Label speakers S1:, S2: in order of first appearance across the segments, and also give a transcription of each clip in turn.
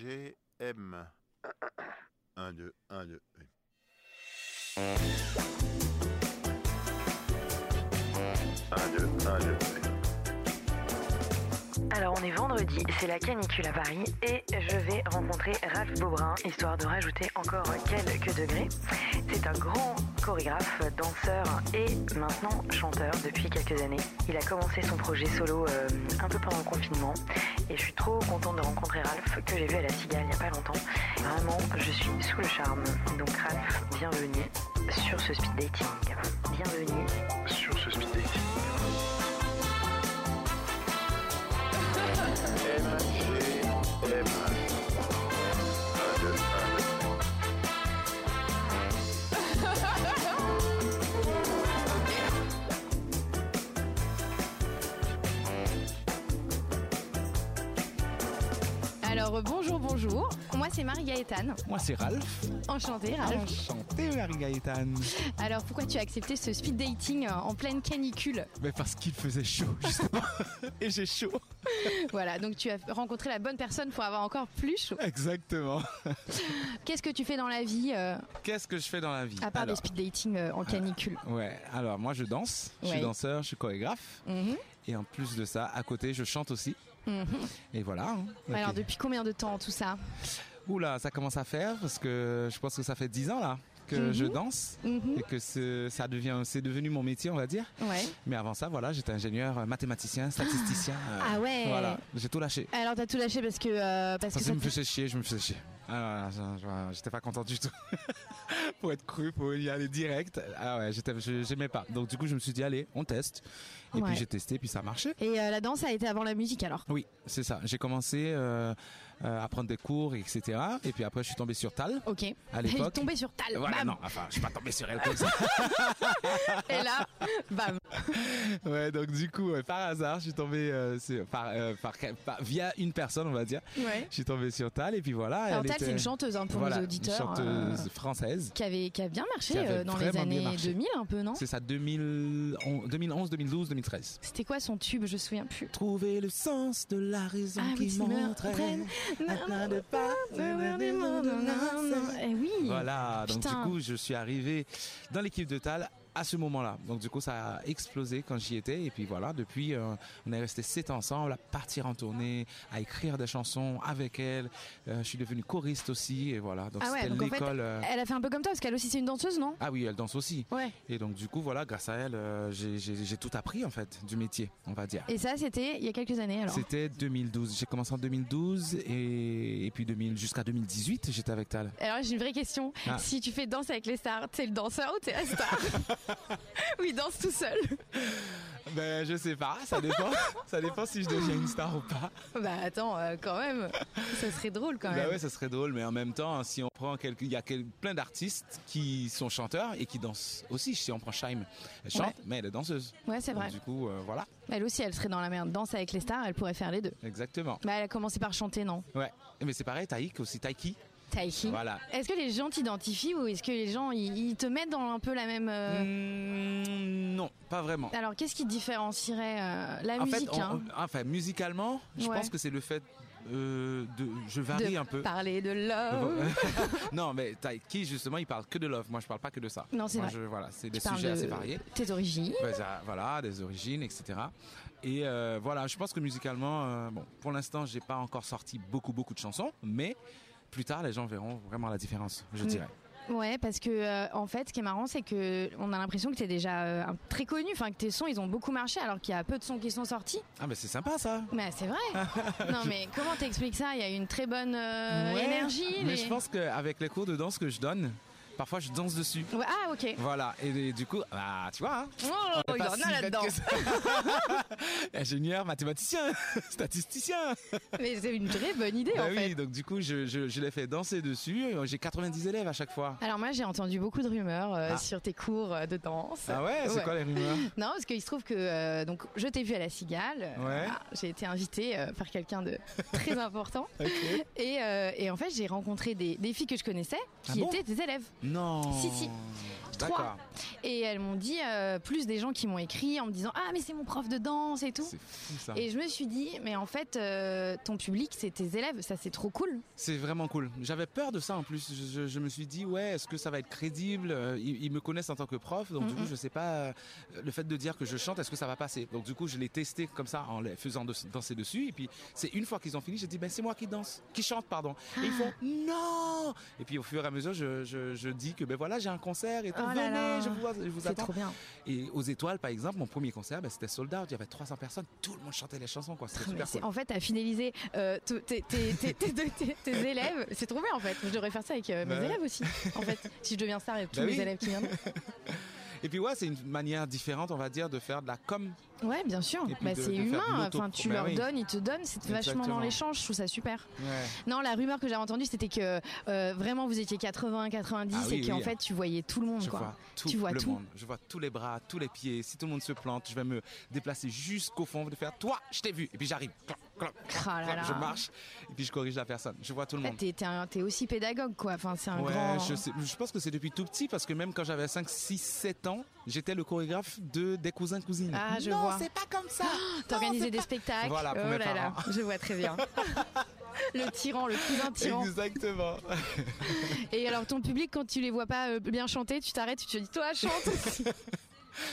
S1: MGM. 1, 2, 1, 2.
S2: Alors on est vendredi, c'est la canicule à Paris et je vais rencontrer Raph Beaubrun histoire de rajouter encore quelques degrés. C'est un grand chorégraphe, danseur et maintenant chanteur depuis quelques années. Il a commencé son projet solo euh, un peu pendant le confinement et je suis trop contente de rencontrer Raph que j'ai vu à la Cigale il n'y a pas longtemps. Vraiment, je suis sous le charme. Donc Raph, bienvenue sur ce speed dating. Bienvenue
S3: sur ce speed dating.
S1: MGM.
S4: Alors euh, bonjour, bonjour. Moi c'est Marie Gaëtane.
S5: Moi, c'est Ralph.
S4: Enchantée, Ralph.
S5: Enchanté, Marie-Gaëtane.
S4: Alors pourquoi tu as accepté ce speed dating euh, en pleine canicule
S5: Mais parce qu'il faisait chaud, justement. Et j'ai chaud.
S4: Voilà, donc tu as rencontré la bonne personne pour avoir encore plus chaud.
S5: Exactement.
S4: Qu'est-ce que tu fais dans la vie euh,
S5: Qu'est-ce que je fais dans la vie
S4: à part
S5: Alors,
S4: des speed dating euh, en canicule
S5: Ouais, alors moi, je danse. Je suis
S4: Ouais.
S5: danseur, je suis chorégraphe.
S4: Mhm,
S5: Et en plus de ça, à côté, je chante aussi.
S4: mhm.
S5: Et voilà. hein.
S4: Alors
S5: Ok.
S4: depuis combien de temps tout ça
S5: Oula, ça commence à faire parce que je pense que ça fait 10 ans là que
S4: Mhm.
S5: je danse.
S4: Mhm,
S5: Et que ce- ça devient, c'est devenu mon métier, on va dire.
S4: Ouais.
S5: Mais avant ça, voilà, j'étais ingénieur, euh, mathématicien, statisticien. euh,
S4: Ah ouais.
S5: Voilà, j'ai tout lâché.
S4: Alors t'as tout lâché parce que euh, parce que
S5: Parce que
S4: ça
S5: je me
S4: te-
S5: faisais chier, je me faisais chier. Ah, voilà, je- je- j'étais pas content du tout. pour être cru, pour y aller direct. Ah ouais, j'étais- je- j'aimais pas. Donc du coup, je me suis dit, allez, on teste. Et
S4: Ouais.
S5: puis j'ai testé, puis ça marchait.
S4: et euh, la danse a été avant la musique alors.
S5: Oui, c'est ça. J'ai commencé euh, euh, à prendre des cours, etc. Et puis après, je suis tombé sur Tal.
S4: Ok. Et
S5: À
S4: Il est
S5: l'époque.
S4: tombé sur Tal.
S5: Voilà,
S4: bam.
S5: non, enfin, je suis pas tombé sur elle comme ça.
S4: Et là, bam.
S5: ouais, donc du coup, euh, par hasard, je suis tombé euh, sur- par, euh, par- par- via une personne, on va dire.
S4: Ouais.
S5: Je suis tombé sur Tal, et puis voilà.
S4: Alors
S5: elle
S4: Tal, c'est
S5: était-
S4: une chanteuse hein, pour
S5: voilà,
S4: nos auditeurs.
S5: Une
S4: euh,
S5: chanteuse française.
S4: qui avait, qui a bien marché
S5: Qui avait
S4: euh, dans les
S5: vraiment bien
S4: années
S5: marché.
S4: 2000 un peu, non
S5: C'est ça, 2011, 2011, 2012, 2013.
S4: C'était quoi son tube Je me souviens plus.
S5: Trouver le sens de la raison
S4: Ah oui,
S5: qui
S4: c'est me
S5: m'entraîne. Atteint de pas.
S4: Ah, Eh oui
S5: Voilà, donc
S4: Putain.
S5: du coup, je suis arrivé dans l'équipe de Tal à ce moment-là. Donc du coup, ça a explosé quand j'y étais. Et puis voilà, depuis, euh, on est resté sept ensemble à partir en tournée, à écrire des chansons avec elle. Euh, je suis devenu choriste aussi. Et voilà, donc
S4: Ah ouais,
S5: c'était
S4: donc en fait,
S5: l'école. euh,
S4: Elle a fait un peu comme toi parce qu'elle aussi c'est une danseuse, non
S5: Ah oui, elle danse aussi.
S4: Ouais.
S5: Et donc du coup, voilà, grâce à elle, euh, j'ai- j'ai j'ai tout appris en fait du métier, on va dire.
S4: Et ça, c'était il y a quelques années alors.
S5: C'était 2012. J'ai commencé en 2012 et, et puis 2000 jusqu'à 2018, j'étais avec Tal.
S4: Alors j'ai une vraie question.
S5: Ah.
S4: Si tu fais danse avec les stars, t'es le danseur ou t'es la star Ou il danse tout seul
S5: Ben je sais pas, ça dépend. ça dépend si je deviens une star ou pas.
S4: Bah attends, euh, quand même. Ça serait drôle quand même.
S5: Ben ouais, ça serait drôle, mais en même temps, si on prend quelques, il y a quel- plein d'artistes qui sont chanteurs et qui dansent aussi. Si on prend Shaim, elle chante, mais elle est danseuse.
S4: Ouais, c'est
S5: Donc,
S4: vrai.
S5: Du coup, euh, voilà,
S4: Elle aussi, elle serait dans la merde. Danse avec les stars, elle pourrait faire les deux.
S5: exactement.
S4: Bah elle a commencé par chanter, non
S5: Ouais, mais c'est pareil, Taïk aussi, Taiki.
S4: Taiki.
S5: Voilà.
S4: Est-ce que les gens t'identifient ou est-ce que les gens ils, ils te mettent dans un peu la même euh,
S5: Mm, non, pas vraiment.
S4: Alors qu'est-ce qui différencierait euh, la
S5: En
S4: musique
S5: fait, on-
S4: hein,
S5: on- enfin, musicalement, je
S4: Ouais.
S5: pense que c'est le fait euh, de. Je varie
S4: de Oh.
S5: un peu.
S4: parler de
S5: Euh,
S4: love
S5: non, mais Taiki, justement, il parle que de love. Moi, je parle pas que de ça.
S4: Non, c'est
S5: Moi,
S4: vrai.
S5: je- voilà, c'est des
S4: Tu parles
S5: sujets
S4: de
S5: assez variés.
S4: Tes origines.
S5: Ouais, ça- voilà, des origines, etc. Et euh, voilà, je pense que musicalement, euh, bon, pour l'instant, j'ai pas encore sorti beaucoup, beaucoup de chansons, mais plus tard, les gens verront vraiment la différence, je
S4: Mm.
S5: dirais.
S4: Ouais, parce que euh, en fait, ce qui est marrant, c'est que on a l'impression que t'es déjà euh, un- très connu, enfin que tes sons ils ont beaucoup marché, alors qu'il y a peu de sons qui sont sortis.
S5: Ah, mais c'est sympa ça.
S4: Mais c'est vrai. non mais comment t'expliques ça Il y a une très bonne euh,
S5: Ouais,
S4: énergie.
S5: Mais
S4: les-
S5: je pense qu'avec les cours de danse que je donne, parfois, je danse dessus.
S4: Ouais, ah ok.
S5: Voilà, et, et du coup, ah, tu vois, hein,
S4: Oh,
S5: On est
S4: il
S5: pas
S4: en
S5: si
S4: a
S5: bête
S4: là-dedans.
S5: que ça. Ingénieur, mathématicien, statisticien.
S4: Mais c'est une très bonne idée
S5: Bah
S4: en fait.
S5: oui, donc du coup, je, je, je l'ai fait danser dessus. J'ai 90 élèves à chaque fois.
S4: Alors moi j'ai entendu beaucoup de rumeurs euh,
S5: Ah.
S4: sur tes cours euh, de danse.
S5: Ah ouais, c'est
S4: Ouais.
S5: quoi les rumeurs
S4: Non, parce qu'il se trouve que euh, donc je t'ai vu à la Cigale. euh,
S5: Ouais.
S4: ah, j'ai été invitée euh, par quelqu'un de très important.
S5: Ok.
S4: Et, euh, et en fait, j'ai rencontré des, des filles que je connaissais qui
S5: Ah bon
S4: étaient tes élèves.
S5: Non.
S4: Si, si.
S5: D'accord.
S4: Et elles m'ont dit euh, plus des gens qui m'ont écrit en me disant Ah, mais c'est mon prof de danse et tout.
S5: C'est fou ça.
S4: Et je me suis dit, mais en fait, euh, ton public, c'est tes élèves, ça c'est trop cool.
S5: C'est vraiment cool. J'avais peur de ça en plus. Je, je- je me suis dit, ouais, est-ce que ça va être crédible Euh, ils, ils me connaissent en tant que prof, donc du
S4: Mhm.
S5: coup, je sais pas. euh, Le fait de dire que je chante, est-ce que ça va passer Donc du coup, je l'ai testé comme ça en les faisant de- danser dessus. Et puis, c'est une fois qu'ils ont fini, j'ai dit, ben c'est moi qui danse, qui chante, pardon. Et ils font,
S4: Ah.
S5: non Et puis, au fur et à mesure, je, je- je dis que, ben voilà, j'ai un concert et tout.
S4: Oh là
S5: Venez,
S4: là.
S5: je vous, je vous
S4: C'est
S5: attends.
S4: trop bien.
S5: Et aux étoiles, par exemple, mon premier concert, ben, c'était sold out. Il y avait 300 personnes, tout le monde chantait les chansons, quoi. C'était
S4: Ah, Mais
S5: super
S4: c'est-
S5: cool.
S4: En fait, à finaliser euh, tes- tes- tes tes- tes- tes- tes- tes élèves, c'est trop bien en fait. Je devrais faire ça avec euh, mes
S5: Bah Ouais.
S4: élèves aussi. En fait, si je deviens star avec tous
S5: Bah
S4: mes
S5: oui.
S4: élèves qui viennent.
S5: Et puis, ouais, c'est une manière différente, on va dire, de faire de la com.
S4: Ouais, bien sûr.
S5: Et puis
S4: Bah,
S5: de-
S4: c'est
S5: de faire de
S4: humain.
S5: l'auto-
S4: Enfin, tu
S5: Bah
S4: leur
S5: oui.
S4: donnes, ils te donnent. C'est vachement
S5: Exactement.
S4: dans l'échange. Je trouve ça super.
S5: Ouais.
S4: Non, la rumeur que j'avais entendue, c'était que euh, vraiment vous étiez 80, 90
S5: Ah oui,
S4: et qu'en
S5: oui.
S4: fait tu voyais tout le monde.
S5: Je
S4: quoi.
S5: vois tout
S4: Tu vois
S5: le
S4: tout.
S5: monde. Je vois tous les bras, tous les pieds. Si tout le monde se plante, je vais me déplacer jusqu'au fond, de faire toi, je t'ai vu. Et puis j'arrive. Clac, clac,
S4: Ah là
S5: clac,
S4: là.
S5: Je marche et puis je corrige la personne. Je vois tout le
S4: En fait,
S5: monde.
S4: t'es- t'es un- t'es aussi pédagogue, quoi. Enfin, c'est un
S5: Ouais,
S4: grand.
S5: je, sais- je pense que c'est depuis tout petit parce que même quand j'avais 5, 6, 7 ans, j'étais le chorégraphe de des cousins cousines.
S4: Ah, je
S5: Mm. non,
S4: vois.
S5: c'est pas comme ça.
S4: T'organisais des spectacles.
S5: Voilà, pour
S4: oh
S5: mes
S4: là là,
S5: parents.
S4: je vois très bien. le tyran, le cousin tyran.
S5: Exactement.
S4: Et alors, ton public, quand tu les vois pas euh, bien chanter, tu t'arrêtes, tu te dis, toi, chante aussi.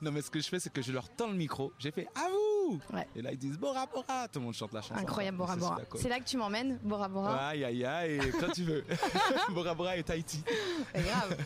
S5: Non, mais ce que je fais, c'est que je leur tends le micro. J'ai fait à vous.
S4: Ouais.
S5: Et là, ils disent Bora Bora. Tout le monde chante la chanson.
S4: Incroyable,
S5: quoi.
S4: Bora
S5: C'est
S4: Bora.
S5: super cool.
S4: C'est là que tu m'emmènes, Bora Bora.
S5: Aïe, aïe, aïe, quand tu veux. Bora Bora et Tahiti.
S4: C'est grave.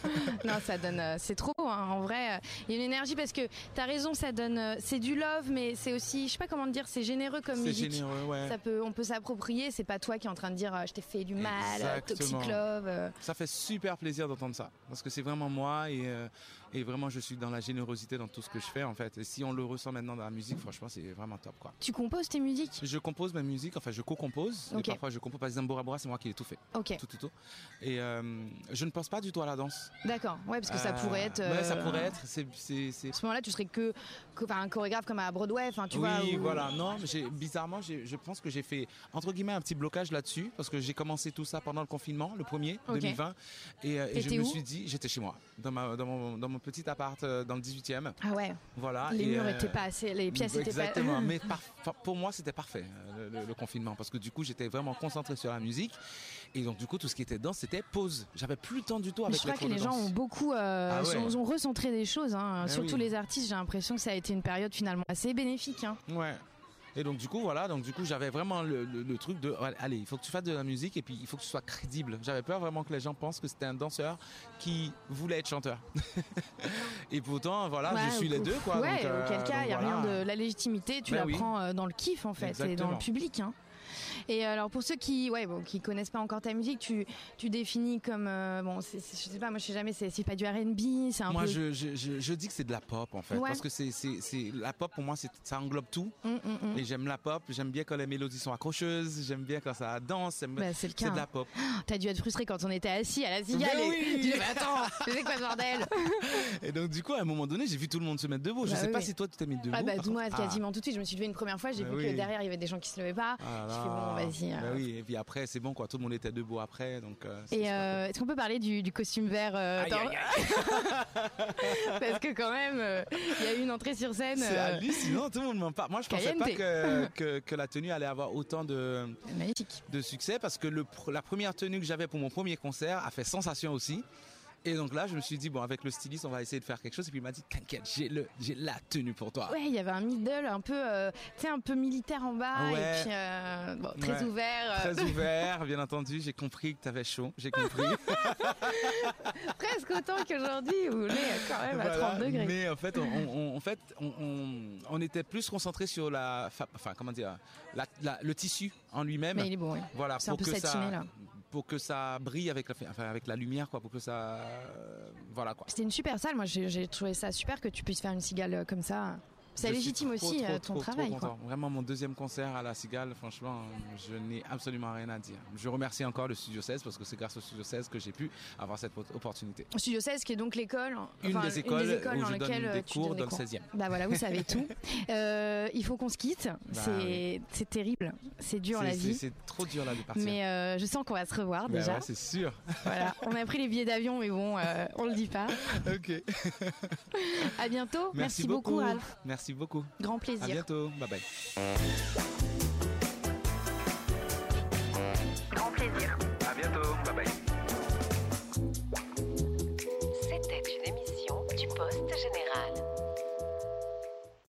S4: non, ça donne. euh, c'est trop beau, hein, en vrai. euh, Il y a une énergie parce que t'as raison, ça donne. euh, c'est du love, mais c'est aussi, je sais pas comment te dire, c'est généreux comme
S5: C'est
S4: musique.
S5: généreux, ouais.
S4: Ça peut, on peut s'approprier, c'est pas toi qui est en train de dire euh, je t'ai fait du mal, euh,
S5: Exactement.
S4: toxic love. euh,
S5: Ça fait super plaisir d'entendre ça, parce que c'est vraiment moi et, euh, et vraiment je suis dans la générosité dans tout ce que je fais en fait. Et si on le ressent maintenant dans la musique, franchement c'est vraiment top quoi.
S4: Tu composes tes musiques
S5: Je compose ma musique, enfin je co-compose,
S4: Ok.
S5: et parfois je compose, par exemple Bora Bora c'est moi qui l'ai tout fait,
S4: Ok,
S5: tout tout tout. Et euh, je ne pense pas du tout à la danse.
S4: d'accord. Ouais, parce que ça
S5: Euh,
S4: pourrait être.
S5: Ouais ça
S4: euh,
S5: pourrait être, c'est... c'est- c'est-
S4: À ce moment-là, tu serais que, que- enfin, un chorégraphe comme à Broadway, enfin, tu vois.
S5: oui,
S4: où-
S5: voilà. Non, mais j'ai- bizarrement, j'ai- je pense que j'ai fait entre guillemets un petit blocage là-dessus parce que j'ai commencé tout ça pendant le confinement, le premier
S4: Ok.
S5: 2020, et, euh, et je
S4: T'étais
S5: me
S4: où
S5: suis dit, j'étais chez moi, dans, ma, dans, mon, dans mon petit appart euh, dans le 18e,
S4: Ah ouais,
S5: voilà.
S4: les
S5: et,
S4: murs
S5: euh,
S4: étaient pas assez, les pièces étaient pas.
S5: Exactement, mais par- enfin, pour moi c'était parfait euh, le, le- le confinement parce que du coup j'étais vraiment concentré sur la musique et donc du coup tout ce qui était danse c'était pause. J'avais plus le temps du tout
S4: Mais
S5: avec
S4: je crois
S5: les
S4: que
S5: cours
S4: les
S5: de
S4: gens
S5: danse.
S4: ont beaucoup, euh,
S5: Ah ouais.
S4: sont- ont recentré des choses, hein.
S5: Ah
S4: surtout
S5: oui.
S4: les artistes. J'ai l'impression que ça a été une période finalement assez bénéfique. hein.
S5: Ouais. Et donc du coup voilà, donc du coup j'avais vraiment le, le- le truc de ouais, allez, il faut que tu fasses de la musique et puis il faut que tu sois crédible. J'avais peur vraiment que les gens pensent que c'était un danseur qui voulait être chanteur. et pourtant voilà,
S4: Ouais,
S5: Ah, je suis les
S4: ouf.
S5: deux quoi.
S4: Ouais,
S5: donc, euh,
S4: auquel cas,
S5: donc
S4: il n'y a
S5: voilà.
S4: rien de la légitimité, tu
S5: Ben
S4: la
S5: oui.
S4: prends euh, dans le kiff en fait, et dans
S5: Exactement.
S4: le public. hein. Et alors pour ceux qui, ouais, bon, qui connaissent pas encore ta musique, tu, tu définis comme, euh, bon, c'est- c'est- je sais pas, moi je sais jamais, c'est c'est pas du R&B, c'est un
S5: Moi
S4: peu.
S5: je, je, je, je dis que c'est de la pop en fait
S4: Ouais.
S5: parce que c'est c'est c'est la pop pour moi c'est ça englobe tout
S4: Hum, hum, hum.
S5: et j'aime la pop, j'aime bien quand les mélodies sont accrocheuses, j'aime bien quand ça danse, j'aime-
S4: Bah, c'est le cas.
S5: c'est de la
S4: hein.
S5: pop.
S4: T'as dû être frustré quand on était assis à la cigale.
S5: Mais
S4: et
S5: oui.
S4: tu dis, mais attends, c'est quoi ce bordel
S5: Et donc du coup à un moment donné, j'ai vu tout le monde se mettre debout. Je
S4: Bah
S5: sais
S4: oui,
S5: pas
S4: oui.
S5: si toi tu t'es mis debout.
S4: Ah bah
S5: par
S4: moi
S5: contre. Ah.
S4: quasiment tout de suite, je me suis levée une première fois, j'ai
S5: Bah
S4: vu que
S5: oui.
S4: derrière il y avait des gens qui se levaient pas.
S5: Ah
S4: Je
S5: là
S4: fais, bon,
S5: là.
S4: vas-y, euh.
S5: Bah oui, et puis après, c'est bon, quoi. Tout le monde était debout après. Donc, euh, c'est
S4: Et
S5: super
S4: euh, est-ce qu'on peut parler du, du costume vert euh,
S5: cool.
S4: dans-
S5: Aïe, aïe, aïe,
S4: Parce que quand même, euh, il y a eu une entrée sur scène.
S5: C'est
S4: euh,
S5: hallucinant, tout le monde m'en parle. Moi, je pensais pas
S4: Caliente.
S5: que, que, que la tenue allait avoir autant de,
S4: magnifique.
S5: de succès parce que le, pr- la première tenue que j'avais pour mon premier concert a fait sensation aussi. Et donc là, je me suis dit, bon, avec le styliste, on va essayer de faire quelque chose. Et puis il m'a dit, t'inquiète, j'ai le- j'ai la tenue pour toi.
S4: Ouais, il y avait un middle un peu, euh, tu sais, un peu militaire en bas et
S5: Ouais.
S4: puis euh, bon, très
S5: Ouais.
S4: ouvert. euh,
S5: Très ouvert, bien entendu. J'ai compris que t'avais chaud. J'ai compris.
S4: presque autant qu'aujourd'hui où on est quand même à
S5: Voilà,
S4: 30 bah, degrés.
S5: Mais en fait, on, on- on- en fait, on, on- on était plus concentré sur la, fa- enfin, comment dire, la- la- le tissu en lui-même.
S4: Mais il est bon, ouais.
S5: Voilà,
S4: c'est un
S5: Ah, pour
S4: peu
S5: que
S4: satiné
S5: ça,
S4: là.
S5: pour que ça brille avec la, enfin, avec la lumière, quoi, pour que ça, euh, voilà quoi.
S4: C'était une super salle, moi j'ai j'ai trouvé ça super que tu puisses faire une cigale euh, comme ça. Ça
S5: Je suis
S4: légitime
S5: trop,
S4: aussi
S5: trop,
S4: euh,
S5: trop,
S4: ton
S5: trop
S4: travail. quoi.
S5: content. Vraiment, mon deuxième concert à La Cigale, franchement, je n'ai absolument rien à dire. Je remercie encore le Studio 16 parce que c'est grâce au Studio 16 que j'ai pu avoir cette opportunité.
S4: Studio 16, qui est donc l'école,
S5: Une
S4: enfin,
S5: des écoles où
S4: dans
S5: je
S4: lesquelles
S5: donne
S4: euh,
S5: des
S4: tu
S5: cours
S4: donnes
S5: dans
S4: des
S5: le 16e.
S4: Bah voilà, vous savez tout. Euh, il faut qu'on se quitte. c'est c'est terrible, c'est dur
S5: Bah C'est-
S4: la
S5: c'est-
S4: vie.
S5: C'est trop dur là de partir.
S4: Mais euh, je sens qu'on va se revoir
S5: Bah
S4: déjà.
S5: ouais, c'est sûr.
S4: voilà, on a pris les billets d'avion, mais bon, euh, on le dit pas.
S5: ok. Merci,
S4: À bientôt. Merci, beaucoup, Ralph.
S5: Merci beaucoup.
S4: Grand
S5: À
S4: plaisir.
S5: bientôt. Bye bye.
S2: Grand plaisir.
S3: À bientôt. Bye bye.
S6: C'était une émission du Poste Général.